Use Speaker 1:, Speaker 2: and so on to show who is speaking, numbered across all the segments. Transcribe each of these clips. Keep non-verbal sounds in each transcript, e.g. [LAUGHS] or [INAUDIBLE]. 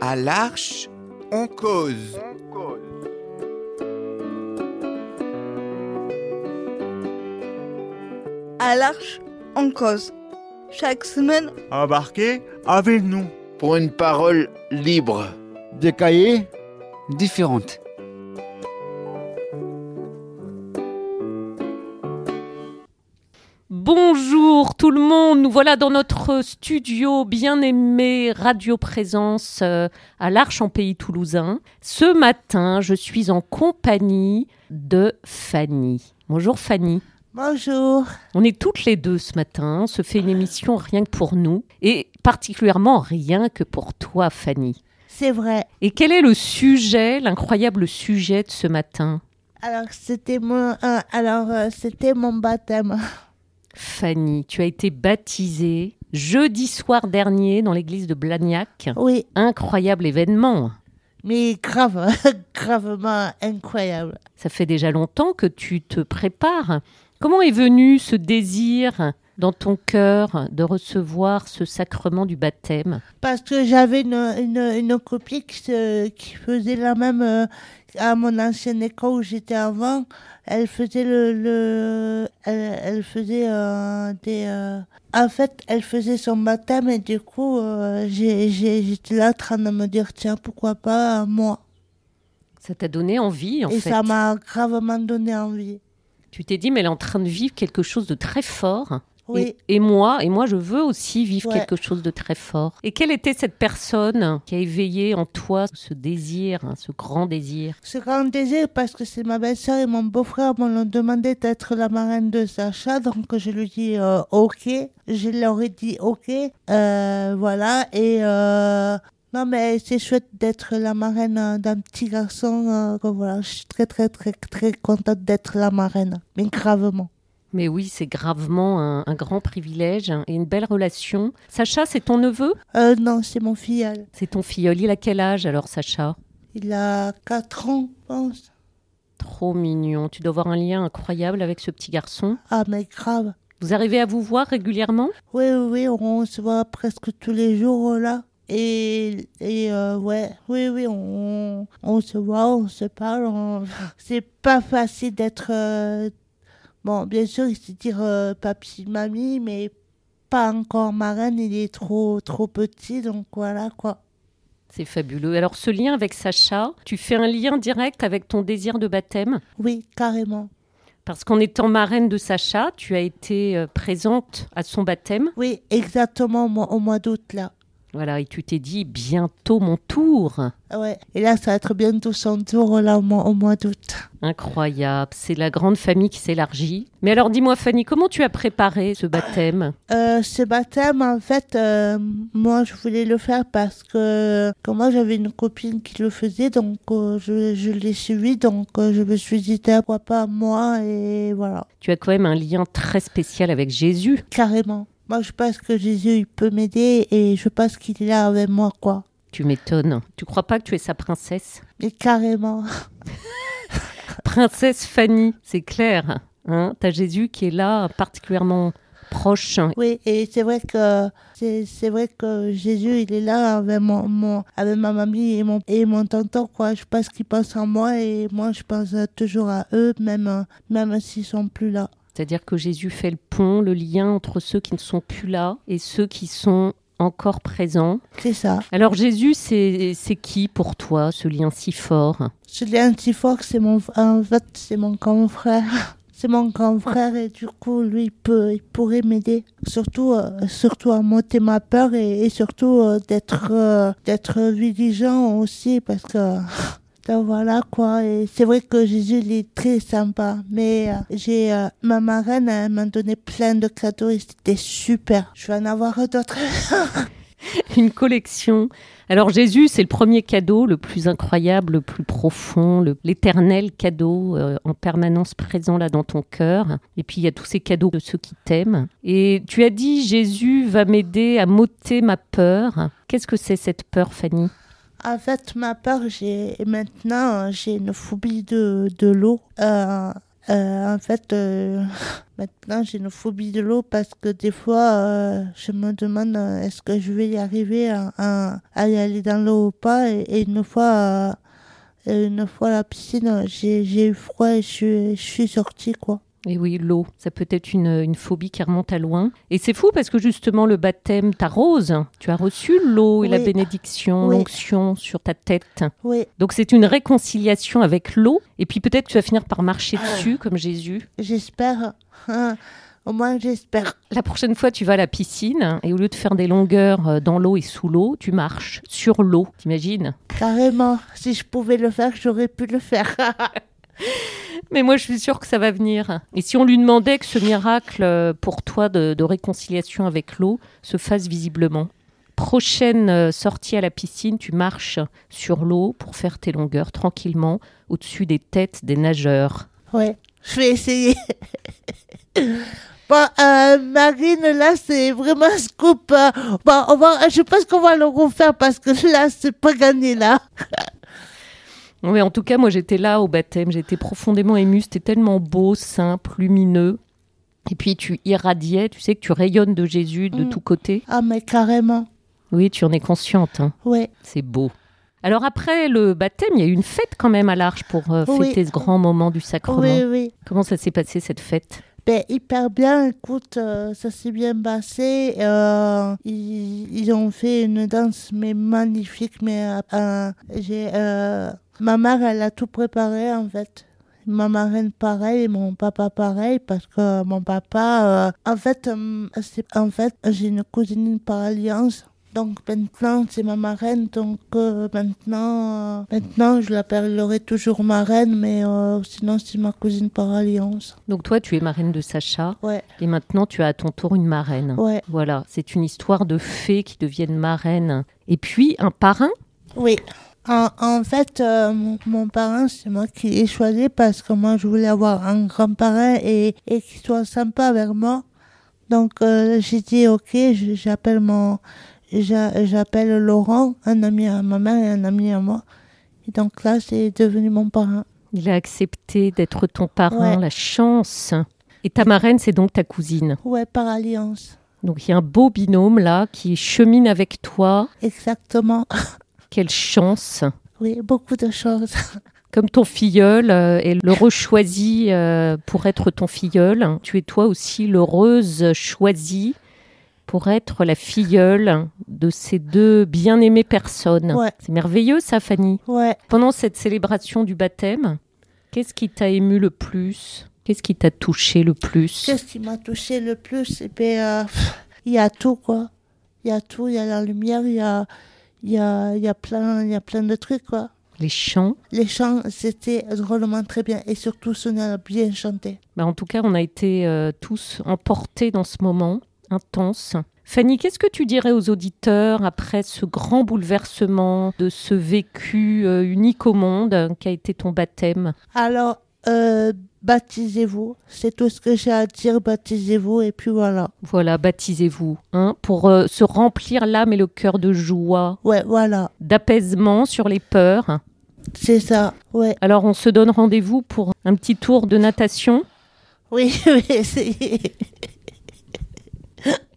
Speaker 1: À l'arche, on cause.
Speaker 2: À l'arche, on cause. Chaque semaine,
Speaker 3: Embarquez avec nous.
Speaker 4: pour une parole libre.
Speaker 5: Des cahiers
Speaker 6: différentes.
Speaker 7: Bonjour tout le monde, nous voilà dans notre studio bien-aimé Radio Présence euh, à l'Arche en Pays Toulousain. Ce matin, je suis en compagnie de Fanny. Bonjour Fanny.
Speaker 2: bonjour.
Speaker 7: On est toutes les deux ce matin, on se fait une émission rien que pour nous et particulièrement rien que pour toi Fanny.
Speaker 2: C'est vrai.
Speaker 7: Et quel est le sujet, l'incroyable sujet de ce matin
Speaker 2: Alors c'était mon, euh, alors euh, c'était mon baptême. [LAUGHS]
Speaker 7: Fanny, tu as été baptisée jeudi soir dernier dans l'église de Blagnac.
Speaker 2: Oui,
Speaker 7: Incroyable événement.
Speaker 2: mais grave, [LAUGHS] gravement incroyable.
Speaker 7: Ça fait déjà longtemps que tu te prépares. Comment est venu ce désir dans ton cœur de recevoir ce sacrement du baptême
Speaker 2: Parce que j'avais une, une, une copine qui, se- qui faisait la même euh, à mon ancienne école où j'étais avant. Elle faisait le, le elle, elle faisait euh, des. euh, en fait, elle faisait son baptême et du coup, euh, j'ai- j'ai- j'étais là en train de me dire tiens pourquoi pas euh, moi.
Speaker 7: Ça t'a donné envie, en
Speaker 2: et
Speaker 7: fait.
Speaker 2: ça m'a gravement donné envie.
Speaker 7: Tu t'es dit, mais elle est en train de vivre quelque chose de très fort.
Speaker 2: Oui,
Speaker 7: Et, et moi, et moi, je veux aussi vivre
Speaker 2: Ouais.
Speaker 7: quelque chose de très fort. Et quelle était cette personne qui a éveillé en toi ce désir, hein, ce grand désir
Speaker 2: ce grand désir parce que c'est ma belle-sœur et mon beau-frère m'ont demandé d'être la marraine de Sacha, donc je lui dis euh, ok, je leur ai dit ok, euh, voilà et euh, non mais c'est chouette d'être la marraine euh, d'un petit garçon, euh, que voilà, je suis très très très très contente d'être la marraine, mais gravement.
Speaker 7: Mais oui, c'est gravement un, un grand privilège hein, et une belle relation. Sacha, c'est ton neveu
Speaker 2: Euh, non, c'est mon filleul,
Speaker 7: C'est ton filleul. Il a quel âge alors, Sacha
Speaker 2: il a 4 ans, je pense.
Speaker 7: Trop mignon. Tu dois avoir un lien incroyable avec ce petit garçon.
Speaker 2: Ah mais grave.
Speaker 7: Vous arrivez à vous voir régulièrement
Speaker 2: Oui, oui, oui, on se voit presque tous les jours euh, là. Et, et euh, ouais, oui, oui, on, on se voit, on se parle. on- [LAUGHS] C'est pas facile d'être. euh, Bon, bien sûr, il se dire euh, papy, mamie, mais pas encore marraine, il est trop, trop petit, donc voilà quoi.
Speaker 7: C'est fabuleux. Alors ce lien avec Sacha, tu fais un lien direct avec ton désir de baptême
Speaker 2: Oui, carrément.
Speaker 7: parce qu'en étant marraine de Sacha, tu as été euh, présente à son baptême.
Speaker 2: Oui, exactement au mois, au mois d'août là.
Speaker 7: Voilà, et tu t'es dit bientôt mon tour.
Speaker 2: Ouais. Et là, ça va être bientôt son tour là au mois, au mois d'août.
Speaker 7: Incroyable, c'est la grande famille qui s'élargit. Mais alors dis-moi Fanny, comment tu as préparé ce baptême
Speaker 2: Euh, ce baptême, en fait, euh, moi, je voulais le faire parce que, comme moi, j'avais une copine qui le faisait, donc euh, je, je l'ai suivi, donc euh, je me suis dit, tiens, pourquoi pas moi, et voilà,
Speaker 7: Tu as quand même un lien très spécial avec Jésus.
Speaker 2: carrément. Moi, je pense que Jésus, il peut m'aider, et je pense qu'il est là avec moi, quoi.
Speaker 7: Tu m'étonnes. Tu crois pas que tu es sa princesse
Speaker 2: Mais carrément, [LAUGHS]
Speaker 7: Princesse Fanny, c'est clair. Hein T'as Jésus qui est là, particulièrement proche.
Speaker 2: oui, et c'est vrai que, c'est c'est vrai que Jésus, il est là avec mon, mon- avec ma mamie et mon, et mon tonton, quoi. Je pense qu'il pense en moi, et moi, je pense euh, toujours à eux, même, euh, même s'ils sont plus là.
Speaker 7: C'est-à-dire que Jésus fait le pont, le lien entre ceux qui ne sont plus là et ceux qui sont encore présents.
Speaker 2: C'est ça.
Speaker 7: Alors Jésus, c'est c'est qui pour toi, ce lien si fort
Speaker 2: Je l'ai un petit fort, c'est mon, en fait, c'est mon grand frère. C'est mon grand frère et du coup, lui, il, peut, il pourrait m'aider. Surtout, euh, surtout à monter ma peur et, et surtout euh, d'être, euh, d'être vigilant aussi parce que, [LAUGHS] donc voilà quoi. Et c'est vrai que Jésus, il est très sympa. Mais euh, j'ai, euh, ma marraine, elle m'a donné plein de cadeaux et c'était super. Je vais en avoir d'autres.
Speaker 7: Une collection. Alors Jésus, c'est le premier cadeau, le plus incroyable, le plus profond, le- l'éternel cadeau euh, en permanence présent là dans ton cœur. Et puis il y a tous ces cadeaux de ceux qui t'aiment. Et tu as dit Jésus va m'aider à m'ôter ma peur. Qu'est-ce que c'est cette peur, Fanny
Speaker 2: En fait, ma peur, j'ai et maintenant euh, j'ai une phobie de, de l'eau. Euh, Euh, en fait, euh, [LAUGHS] maintenant j'ai une phobie de l'eau parce que des fois, euh, je me demande euh, est-ce que je vais y arriver à, à- à y aller dans l'eau ou pas. Et, et une fois, euh, et une fois à la piscine, j'ai j'ai eu froid et je, suis- je suis sortie quoi.
Speaker 7: Et Eh oui, l'eau, ça peut être une, une phobie qui remonte à loin. Et c'est fou parce que justement, le baptême t'arrose. Tu as reçu l'eau et la
Speaker 2: Oui.
Speaker 7: bénédiction,
Speaker 2: Oui.
Speaker 7: l'onction sur ta tête.
Speaker 2: Oui,
Speaker 7: Donc c'est une réconciliation avec l'eau. Et puis peut-être que tu vas finir par marcher dessus comme Jésus.
Speaker 2: j'espère. [LAUGHS] Au moins j'espère.
Speaker 7: La prochaine fois, tu vas à la piscine hein, et au lieu de faire des longueurs euh, dans l'eau et sous l'eau, tu marches sur l'eau. T'imagines
Speaker 2: Carrément, si je pouvais le faire, j'aurais pu le faire. [LAUGHS]
Speaker 7: Mais moi, je suis sûre que ça va venir. Et si on lui demandait que ce miracle euh, pour toi de, de réconciliation avec l'eau se fasse visiblement Prochaine euh, sortie à la piscine, tu marches sur l'eau pour faire tes longueurs tranquillement au-dessus des têtes des nageurs.
Speaker 2: Ouais, je vais essayer. [LAUGHS] Bon, euh, Marine, là, c'est vraiment un scoop. euh. Bon, on va, je pense qu'on va le refaire parce que là, c'est pas gagné, là.
Speaker 7: Oui, en tout cas, moi, j'étais là au baptême. J'étais profondément émue. C'était tellement beau, simple, lumineux. Et puis, tu irradiais. Tu sais que tu rayonnes de Jésus de
Speaker 2: Mm.
Speaker 7: tous côtés.
Speaker 2: Ah, mais carrément.
Speaker 7: Oui, tu en es consciente. hein.
Speaker 2: Ouais,
Speaker 7: C'est beau. Alors après le baptême, il y a eu une fête quand même à l'Arche pour euh,
Speaker 2: Oui.
Speaker 7: fêter ce grand moment du sacrement.
Speaker 2: oui, oui.
Speaker 7: Comment ça s'est passé cette fête
Speaker 2: Ben, hyper bien, écoute, euh, ça s'est bien passé. euh, ils, ils ont fait une danse mais magnifique, mais euh, euh, j'ai euh, ma mère elle a tout préparé en fait. Ma marraine pareil, et mon papa pareil, parce que mon papa, euh, en fait, euh, c'est- en fait, j'ai une cousine par alliance. Donc maintenant, c'est ma marraine, donc euh, maintenant, euh, maintenant, je l'appellerai toujours marraine, mais euh, sinon, c'est ma cousine par alliance.
Speaker 7: Donc toi, tu es marraine de Sacha
Speaker 2: Ouais.
Speaker 7: et maintenant tu as à ton tour une marraine.
Speaker 2: Ouais,
Speaker 7: Voilà, c'est une histoire de fées qui deviennent marraines. Et puis un parrain
Speaker 2: oui. En, en fait, euh, mon, mon parrain, c'est moi qui l'ai choisi parce que moi, je voulais avoir un grand parrain et, et qu'il soit sympa avec moi. Donc, euh, j'ai dit, ok, je- j'appelle mon, j'a- j'appelle Laurent, un ami à ma mère et un ami à moi. Et donc là, c'est devenu mon parrain.
Speaker 7: Il a accepté d'être ton parrain,
Speaker 2: Ouais.
Speaker 7: la chance. Et ta marraine, c'est donc ta cousine.
Speaker 2: Ouais, par alliance.
Speaker 7: Donc il y a un beau binôme là qui chemine avec toi.
Speaker 2: Exactement. [LAUGHS]
Speaker 7: Quelle chance
Speaker 2: Oui, beaucoup de choses.
Speaker 7: Comme ton filleul euh, est l'heureux choisi euh, pour être ton filleul, tu es toi aussi l'heureuse choisie pour être la filleule de ces deux bien-aimées personnes.
Speaker 2: Ouais.
Speaker 7: C'est merveilleux ça, Fanny.
Speaker 2: Ouais.
Speaker 7: Pendant cette célébration du baptême, qu'est-ce qui t'a ému le plus Qu'est-ce qui t'a touché le plus
Speaker 2: Qu'est-ce qui m'a touché le plus Eh ben, euh, pff, il y a tout, quoi. Il y a tout, il y a la lumière, il y a, il y, a, il y, a plein, il y a plein de trucs, quoi.
Speaker 7: Les chants
Speaker 2: Les chants, c'était drôlement très bien. Et surtout, Sonia a bien chanté.
Speaker 7: Bah, En tout cas, on a été euh, tous emportés dans ce moment intense. Fanny, qu'est-ce que tu dirais aux auditeurs après ce grand bouleversement de ce vécu euh, unique au monde euh, qu'a été ton baptême
Speaker 2: Alors, euh, baptisez-vous. C'est tout ce que j'ai à dire, baptisez-vous. Et puis voilà.
Speaker 7: Voilà, baptisez-vous, hein, pour euh, se remplir l'âme et le cœur de joie,
Speaker 2: Ouais, voilà.
Speaker 7: d'apaisement sur les peurs.
Speaker 2: C'est ça. Ouais.
Speaker 7: Alors, on se donne rendez-vous pour un petit tour de natation.
Speaker 2: Oui, [LAUGHS] je vais essayer.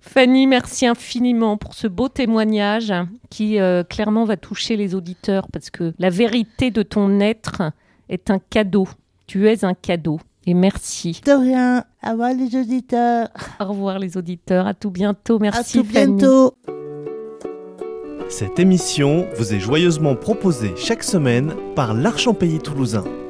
Speaker 7: Fanny, merci infiniment pour ce beau témoignage qui euh, clairement va toucher les auditeurs parce que la vérité de ton être est un cadeau. Tu es un cadeau. Et merci.
Speaker 2: De rien. Au revoir, les auditeurs.
Speaker 7: Au revoir les auditeurs. À tout bientôt. Merci.
Speaker 2: à tout
Speaker 7: Fanny.
Speaker 2: bientôt.
Speaker 5: Cette émission vous est joyeusement proposée chaque semaine par l'Archempélie toulousain.